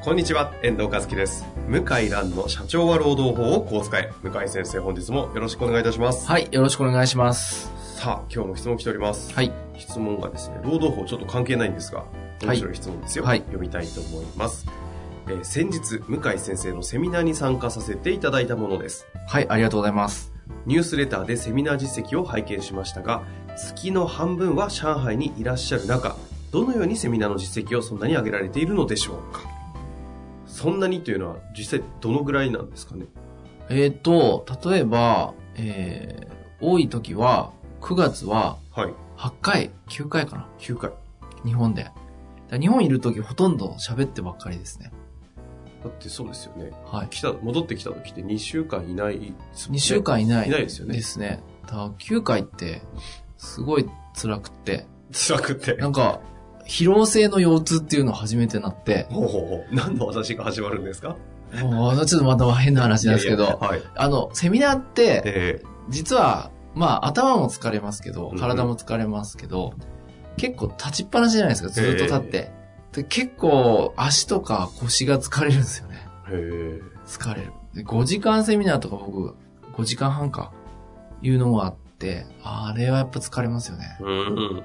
こんにちは、遠藤和樹です。向井蘭の社長は労働法をこう使え。向井先生、本日もよろしくお願いいたします。はい、よろしくお願いします。さあ、今日も質問来ております。はい。質問がですね、労働法ちょっと関係ないんですが、面白い質問ですよ。はい読みたいと思います。えー先日、向井先生のセミナーに参加させていただいたものです。はい、ありがとうございます。ニュースレターでセミナー実績を拝見しましたが、月の半分は上海にいらっしゃる中、どのようにセミナーの実績をそんなに上げられているのでしょうかそんなにというのは実際どのぐらいなんですかねえっ、と、例えば、えー、多い時は、9月ははい。 8回、9回かな。 9回。日本で。だから日本いる時ほとんど喋ってばっかりですね。だってそうですよね。はい。来た、戻ってきた時って2週間いないですもんね、 2週間いないいないですよねで。すね。だから9回って、すごい辛くって。辛くて。なんか、疲労性の腰痛っていうの初めて なって、ほうほうほう。何の私が始まるんですかもうちょっとまた変な話なんですけど、いやいやはい。あの、セミナーって、え実は、まあ、頭も疲れますけどう、ん体も疲れますけど、結構立ちっぱなしじゃないですか、ずっと立って。で結構、足とか腰が疲れるんですよね。ー、へ疲れる。で5時間セミナーとか僕、5時間半か、いうのがあって、あれはやっぱ疲れますよねー。。うん。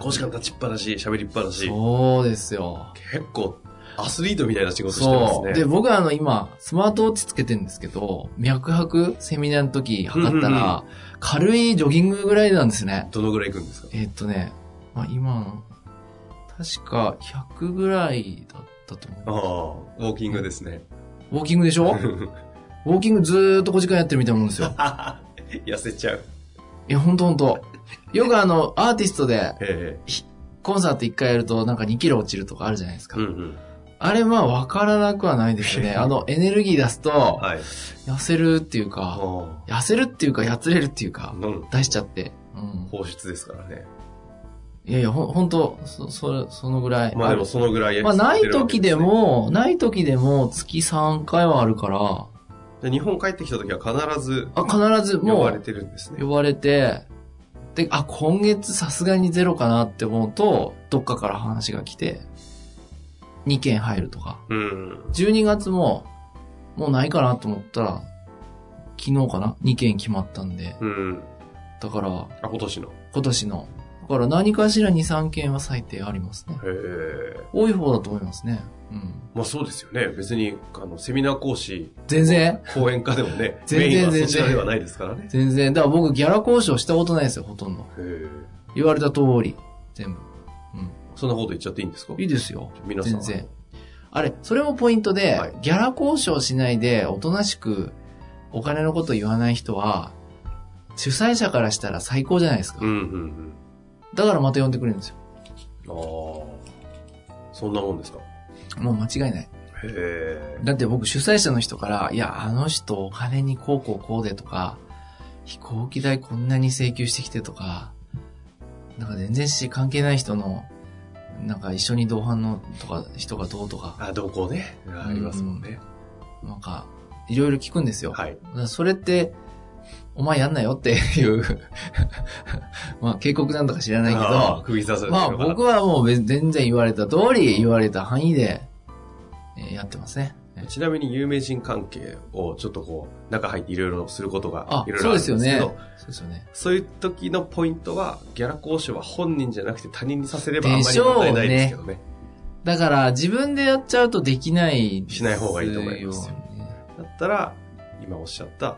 5時間経ちっぱなし、喋りっぱなし。そうですよ。結構、アスリートみたいな仕事してますそう。ね。で、僕はあの今、スマートウォッチつけてるんですけど、脈拍セミナーの時測ったうんうんうら、軽いジョギングぐらいなんですね。どのぐらい行くんですかえーっとね、まあ、今の、確か100ぐらいだったとあ思う。あ、ウォーキングですね。ウォーキングで しょウォーキングずーっと5時間やってるみたいなもんですよ。痩せちゃう。いや、ほんとほんと。よくあの、アーティストでえコンサート1回やるとなんか2キロ落ちるとかあるじゃないですえうか。んうん。あれまあわからなくはないで すよね。あの、エネルギー出すと、はい。痩せるっていうあか、あ。痩せるっていうか、やつれるっていうか、うん。出しちゃって。うん。放出ですからね。いやいや、ほん、ほんと、そ、そ、そのぐらい。まあでもそのぐらい。まあ、ない時で。も、ない時でも、月3回はあるから、で日本帰ってきた時は必ずあ必ず呼もばれう、てるんですね呼。ばれて、で、あ、今月さすがにゼロかなって思うと、どっかから話が来て、2件入るとか。うん。 12月も、もうないかなと思ったら、昨日かな ?2 件決まったんで。うん。だから、あ、今年の。へ今年の。だから何かしら2、3件は最低ありますね。え。多い方だと思いますね。うん。まあそうですよね。別に、あの、セミナー講師、全然。、講演家でもね 全然メインは全そ然ちらではないですからね。全然。だから僕ギャラ交渉したことないですよ、ほとんど。へえ。言われた通り。全部。そんなこと言っちゃっていいんですかいいですよ。皆さん。全然。あれ、それもポイントで、はいギャラ交渉しないで、おとなしく、お金のこと言わない人は、主催者からしたら最高じゃないですか。うんうんだからまた呼んでくれるんですよ。うん。ああ。そんなもんですか。もう間違いない。へえ。だって僕主催者の人から、いや、あの人お金にこうこうこうでとか、飛行機代こんなに請求してきてとか、なんか全然し関係ない人の、なんか一緒に同伴のとか、人がどうとか、あ、同行ね。ありますもんね。なんか、いろいろ聞くんですよ。はい。だからそれって、お前やんなよっていう、 まあ警告なんだか知らないけああど、釘刺されてるまあのかな僕はもう全然言われた通り、言われた範囲で、えーやってますね。ちなみに有名人関係をちょっとこう、中入っていろいろすることがあ、いろいろそうあるんでですすよけねど、。そうですよね。そういう時のポイントは、ギャラ交渉は本人じゃなくて他人にさせればあんでましりょうね問題ないですけどね。だから、自分でやっちゃうとできないですしない方がいいと思いますよね。だったら、今おっしゃった、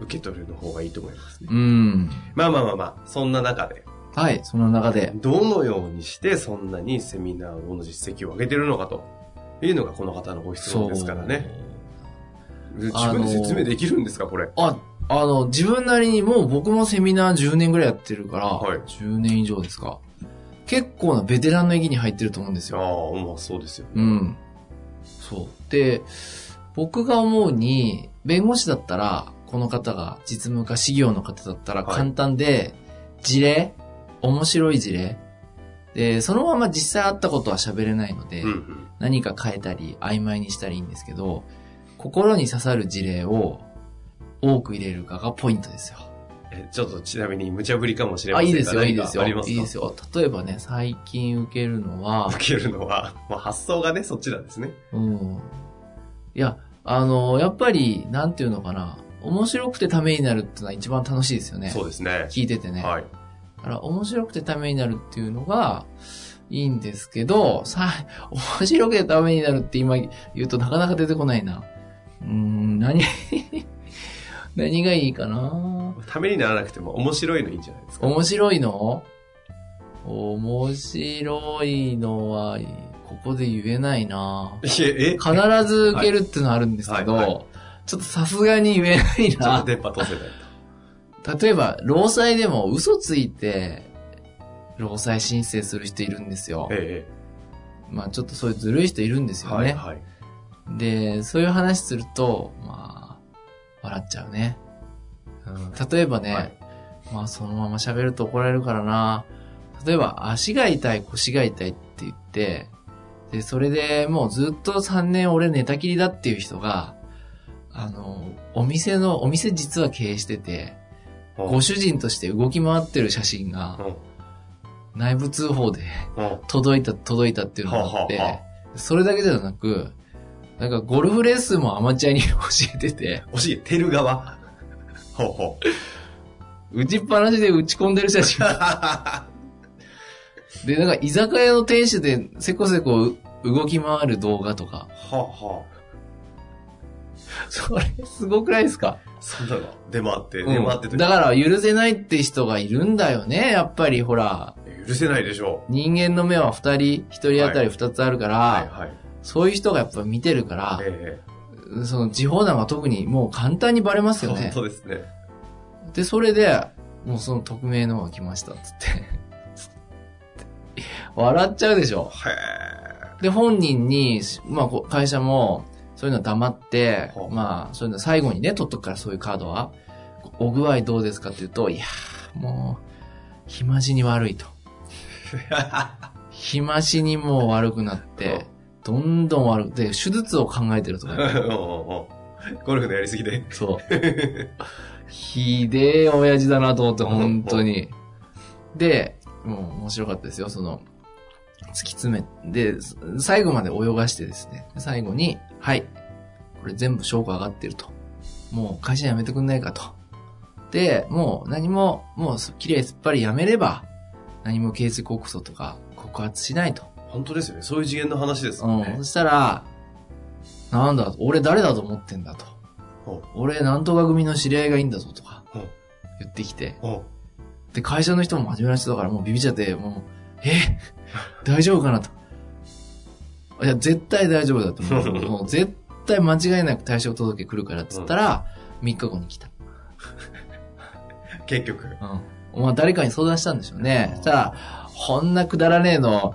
受け取るの方がいいと思いますね。うん。まあまあまあまあ、そんな中で、はい、その中で。どのようにしてそんなにセミナーの実績を上げてるのかというのがこの方のご質問ですからね。自分で説明できるんですか、これ。あ、あの、自分なりにもう僕もセミナー10年ぐらいやってるから、はい10年以上ですか。結構なベテランの域に入ってると思うんですあよ。あ、まあそうですよね。うん。そう。で、僕が思うに、弁護士だったら、この方が実務家、資業の方だったらはい簡単で、事例、面白い事例。で、そのまま実際あったことは喋れないので、うんうん。何か変えたり、曖昧にしたりいいんですけど、心に刺さる事例を多く入れるかがポイントですよ。え、ちょっとちなみに無茶ぶりかもしれまあ、せんいいがですよ、いいですよ。何いかありますかいですよ。例えばね、最近受けるのは、受けるのは、まあ発想がね、そっちなんですね。うん。いや、あの、やっぱり、なんていうのかな、面白くてためになるってのは一番楽しいですよね。そうですね。聞いててね。はい。だから、面白くてためになるっていうのが、いいんですけど、さ、面白くてためになるって今言うとなかなか出てこないな。うーん、何、 何がいいかなためにならなくても面白いのいいんじゃないですか。面白いの面白いのは、ここで言えないないえ、え、ちょ必ず受けるってのはあるんですけど、はいはいちょっとさすがに言えないっとな。電波通せない例えば、労災でも嘘ついて、労災申請する人いるんですよと。。えまあちょっとそういうずるい人いるんですえ、よはい、ね。はい。で、そういう話すると、まあ、笑っちゃうね。うん、例えばね、はいまあそのまま喋ると怒られるからな。例えば、足が痛い、腰が痛いって言って、で、それでもうずっと3年俺寝たきりだっていう人が、あの、お店の、お店実は経営してて、うんご主人として動き回ってる写真うがん内部通報でうん届いた、届いたっていうのがあっはあはあて、それだけではなく、なんかゴルフレッスンもアマチュアに教えてて、教えてる側。ほうほう。打ちっぱなしで打ち込んでる写 真。で、なんか居酒屋の店主でせこせこ動き回る動画とか。ははそれすごくないですかそんなの出回って、出回ってうてん、だから許せないって人がいるんだよね。やっぱりほら、許せないでしょ人間の目は二人、一人当たり二つあるから、う。はいはい。そういう人がやっぱ見てるから、えその地方なんか特にもう簡単にバレまえすよね本。当ですね。で、それで、もうその匿名の方が来ました、つって。 笑っちゃうでしょ。へで、本人に、まあ、こう会社も、そういうの黙ってほ、うまあ、そういうの最後にね、取っとくから、そういうカードは。お具合どうですかって言うと、いやー、もう、日増しに悪 いと。日増しにもう悪くなって、どんどん悪くて、手術を考えてるとかえ。うんうん うんゴルフのやりすぎで。そう。ひでえ親父だなと思って、本当に。で、もう面白かったですよ、その、突き詰め、で、す最後まで泳がしてですね、最後に、はい、これ全部証拠上がってると。もう会社辞めてくんないかと。で、もう何も、もうす綺麗すっぱり辞めれば、何も刑事告訴とか告発しないと。本当ですよね。そういう次元の話ですもんうん。ねそ。したら、なんだ、俺誰だと思ってんだとうん。俺、なんとか組の知り合いがいいんだぞとかうん、言ってきて。うんで、会社の人も真面目な人だからもうビビっちゃって、もう、え 大丈夫かなと。いや、絶対大丈夫だと思う。 もう絶対間違いなく退職届来るからって言ったら、3日後に来た。結局。うん。まあ、誰かに相談したんでしょうね。そしたら、こんなくだらねえの、お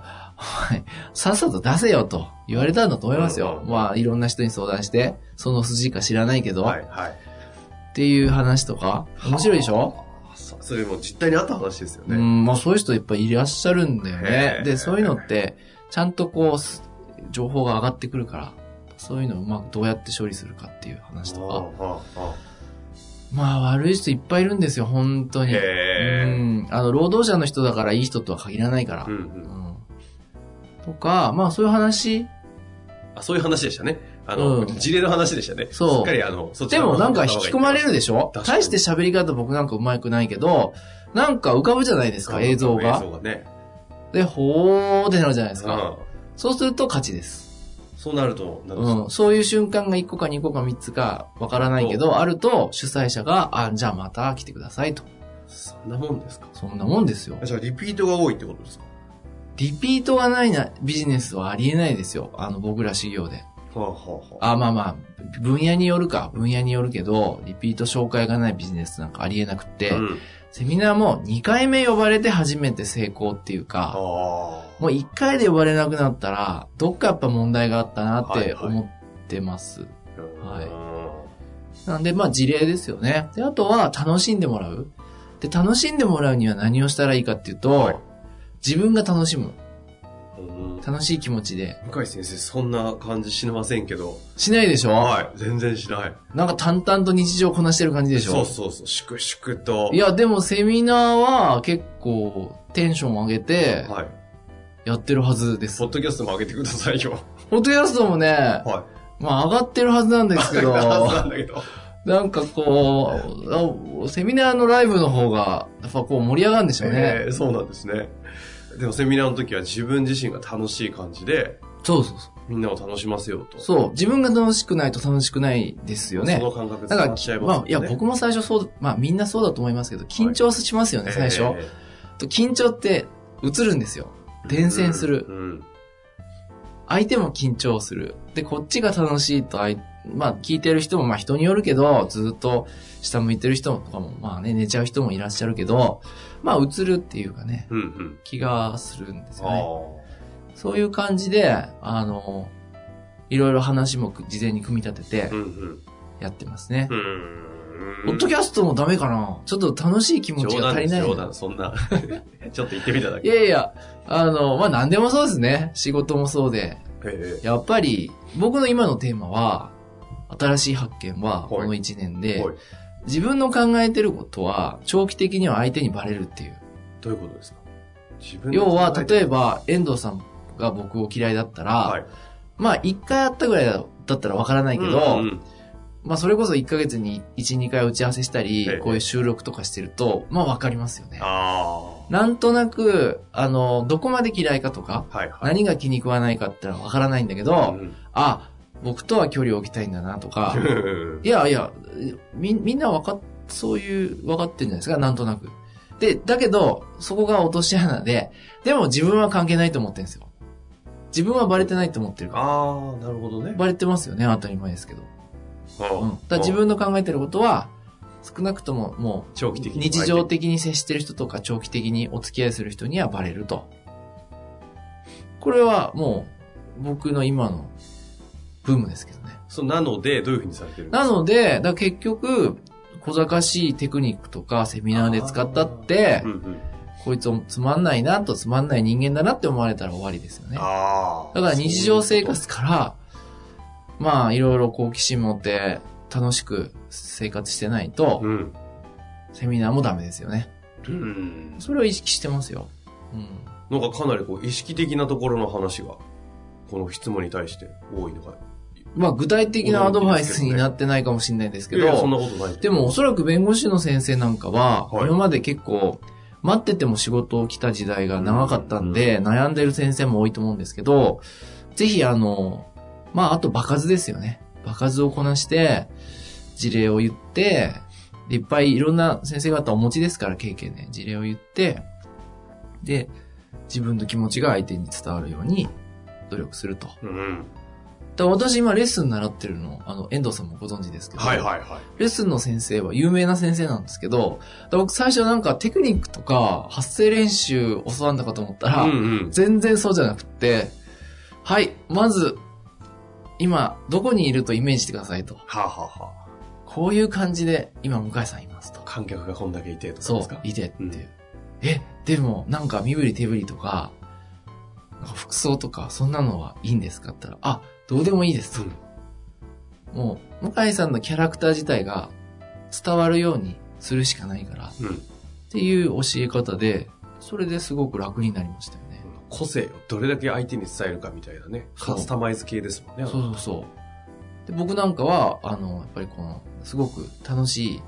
前さっさと出せよと言われたんだと思いますうんよう。んまあ、いろんな人に相談して、その筋か知らないけど、はいはい。っていう話とか、面白いでしょあそそれも実態にあった話ですようね。ん、まあそういう人いっぱいいらっしゃるんだよへねえ。で、そういうのって、ちゃんとこうす、情報が上がってくるから、そういうのをうまくどうやって処理するかっていう話とうんか。うんうんまあ悪い人いっぱいいるんですよ、本当に。うへえ。ん。あの、労働者の人だからいい人とは限らないからうん。うんとか、まあそういう話。あそういう話でしたね。あの、うん事例の話でしたね。そうしっかりあの、そっちでもなんか引き込まれるでしょ確かに大して喋り方僕なんか上手くないけど、なんか浮かぶじゃないですか、映像映像が。がね。で、ほーってなるじゃないですうか。ん。そうすると勝ちです。そうなると、なんですかうん。そういう瞬間が1個か2個か3つかわからないけど、あると主催者が、あ、じゃあまた来てくださいと。そんなもんですかそんなもんですよ。じゃあ、リピートが多いってことですかリピートがないなビジネスはありえないですよ。あの、僕ら修行で。はあ、はあはあ、あ、まあまあ、分野によるか、分野によるけど、リピート紹介がないビジネスなんかありえなくって、うん、セミナーも2回目呼ばれて初めて成功っていうあか、あもう1回で呼ばれなくなったら、どっかやっぱ問題があったなってはいはい思ってます。はいはなんで、まあ事例ですよね。で、あとは楽しんでもらう。で、楽しんでもらうには何をしたらいいかっていうと、はい自分が楽しいむ。うん楽しい気持ちで。向井先生、そんな感じしませんけど。しないでしょ、はい。全然しない。なんか淡々と日常こなしてる感じでしょそうそうそう。粛々と。い、や、でもセミナーは結構テンション上げてはい。やってるはずです。ポッドキャストも上げてください よ。ポッドキャストもね、はまあ上がってるはずなんですけ い。ど、なんだけど。なんかこう、あセミナーのライブの方が、やっぱこう盛り上がるんでしょうね。えーそうなんですね。でもセミナーの時は自分自身が楽しい感じで、そうそうそう。みんなを楽しませようと。そう、自分が楽しくないと楽しくないですよねそ。の感覚でだから伝わっちゃい、ますまよあ、いや、僕も最初そう、まあみんなそうだと思いますけど、緊張しますよね、最初。えと緊張って映るんですよ。ー伝染する。うんうん相手も緊張する。で、こっちが楽しいと、あいまあ、聞いてる人も、まあ、人によるけど、ずっと下向いてる人とかも、まあね、寝ちゃう人もいらっしゃるけど、まあ、映るっていうかね、うんうん。気がするんですよあね。そういう感じで、あの、いろいろ話も事前に組み立ててあ。うんうん。やってますね。うん。ポッドキャストもダメかなちょっと楽しい気持ち冗談が足でりすないな。冗談、そんな。 ちょっと言ってみただいけ。やいや、あの、まあ、何でもそうですね。仕事もそうで。えやっぱり、僕の今のテーマは、新しい発見は、この1年えで、はい。自分の考えてることは、長期的には相手にバレるっていう。どういうことですか自分要は、え例えば、遠藤さんが僕を嫌いだったら、はい。まあ、1回会ったぐらいだったらわからないけど、うんうんまあ、それこそ1ヶ月に1、2回打ち合わせしたり、ええこういう収録とかしてると、まあ、わかりますよね。あなんとなく、あの、どこまで嫌いかとか、あ。はいはい。何が気に食わないかってのはわからないんだけど、あ、僕とは距離を置きたいんだな とか、うんいやいや、み、みんなわかっ、そういう、わかってんじゃないですか、なんとなく。で、だけど、そこが落とし穴で、でも自分は関係ないと思ってるんですよ。自分はバレてないと思ってるから。ああ、なるほどね。バレてますよね、当たり前ですけど。ううんん。だから自分の考えてることは、少なくとももう、長期的に日常的に接してる人とか長期的にお付き合いする人にはバレると。これはもう、僕の今のブームですけどね。そうなので、どういうふうにされてるんですなかので、だから結局、小賢しいテクニックとかセミナーで使ったってう、んうん。こいつつまんないなとつまんない人間だなって思われたら終わりですよね。ああ。だから日常生そういう活から、まあいろいろ好奇心持って楽しく生活してないことと。、うん。セミナーもダメですよね。うん。それを意識してますよ。うん。なんかかなりこう、意識的なところの話が、この質問に対して多いのが。まあ具体的なアドバイスになってないかもしれないですけいやいやそんど、なことない。でもおそらく弁護士の先生なんかは、はい今まで結構待ってても仕事を来た時代が長かったんで、悩んでる先生も多いと思うんですけど、ぜひあの、まああと場数ですよね。場数をこなして、事例を言って、でいっぱいいろんな先生方お持ちですから経験ね、事例を言って、で、自分の気持ちが相手に伝わるように努力すると。うん。だから私今レッスン習ってるの、あの、遠藤さんもご存知ですけど、はいはいはい。レッスンの先生は有名な先生なんですけど、だから僕最初なんかテクニックとか発声練習教わんだかと思ったら、うんうん。全然そうじゃなくって、はい、まず、今、どこにいるとイメージしてくださいと。はあ、はあはこういう感じで、今、向井さんいますとあ、。観客がこんだけいてとかそですうか、いてっていうう。んえ、でも、なんか身振り手振りとか、なんか服装とか、そんなのはいいんですかって言ったら、あ、どうでもいいですと。もう、向井さんのキャラクター自体が伝わるようにするしかないから、っうん。ていう教え方で、それですごく楽になりましたよね。個性をどれだけ相手に伝えるかみたいなね。そうカスタマイズ系ですもんね。そうそうそう。で、僕なんかは、あの、やっぱりこの、すごく楽しい、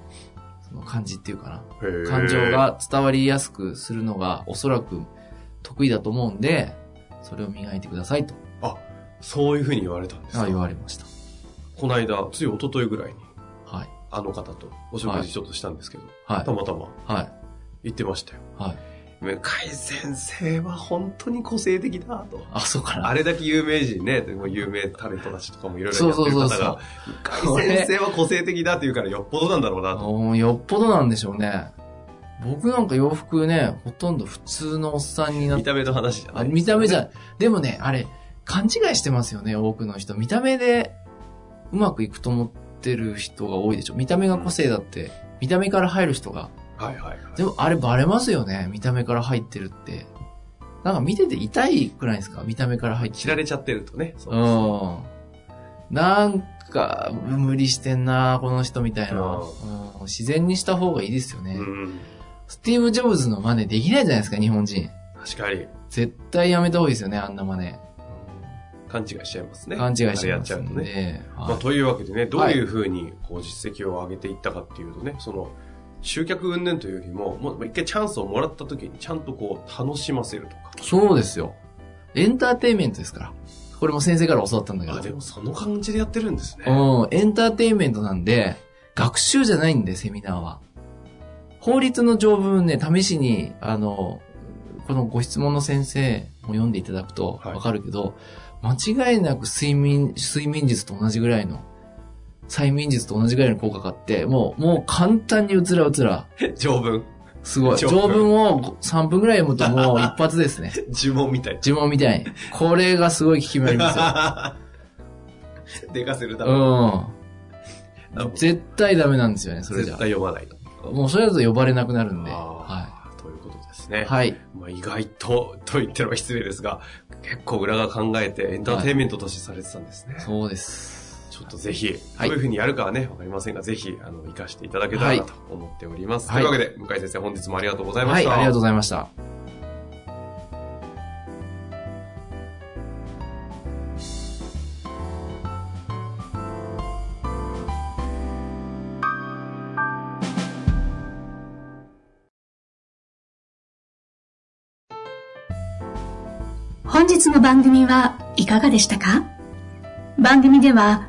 その感じっていうかな。へえ感情。が伝わりやすくするのがおそらく得意だと思うんで、それを磨いてくださいとそういうふうに言われたんです言よ。われました。この間、つい一昨日ぐらいに、はい。あの方とお食事ちょっとしたんですけど、はいた。またまはい。行ってましたよ。はい。向井先生は本当に個性的だと。あ、そうかな。あれだけ有名人ね、でも有名タレントたちとかもいろいろそやうってそうるそう方そがう、。向井先生は個性的だって言うからよっぽどなんだろうなと。もうよっぽどなんでしょうね。僕なんか洋服ね、ほとんど普通のおっさんになっ見た目の話じゃなあい。見た目じゃ。ゃ、でもね、あれ、勘違いしてますよね、多くの人。見た目でうまくいくと思ってる人が多いでしょ。見た目が個性だって、見た目から入る人が。はいはいはい。でもあれバレますよね、見た目から入ってるって。なんか見てて痛いくないですか見た目から入って知られちゃってるとね。そううん。なんか、無理してんな、この人みたいな。うん自然にした方がいいですよね。うん。スティーブ・ジョブズの真似できないじゃないですか、日本人。確かに。絶対やめた方がいいですよね、あんな真似。勘違いしちゃいますね。勘違いしてあれやまっちゃすうんとで。ね。はいまあ、というわけでね、どういうふうにこう実績を上げていったかっていうとね、その集客云々というよりも、もうまあ一回チャンスをもらった時にちゃんとこう楽しませるとか。そうですよ。エンターテインメントですから。これも先生から教わったんだけあ、でど。もその感じでやってるんですね。うん、エンターテインメントなんで、学習じゃないんで、セミナーは。法律の条文ね、試しに、あの、このご質問の先生も読んでいただくとはいわかるけど、間違いなく睡眠、睡眠術と同じぐらいの、催眠術と同じぐらいの効果があって、もう、もう簡単にうつらうつら。条文、すごい。条条文文を3分ぐらい読むともう一発ですね。呪文みたい。 呪文みたいに。これがすごい効き目ありますよ。でかせるため、うあん。絶対ダメなんですよね、それじ絶ゃ。対読まないと。もうそれだと呼ばれなくなるんで。はあーということですね。い。はい。まあ、意外と、と言っては失礼ですが、結構裏が考えてエンターテインメントとしてされてたんですね。そうです。ちょっとぜひ、はいどういうふうにやるかはね、わかりませんが、ぜひ、あの、活かしていただけたらなと思っております。はいというわけで、向井先生、本日もありがとうございまはしい、た。ありがとうございました。本日の番組はいかがでしたか番組では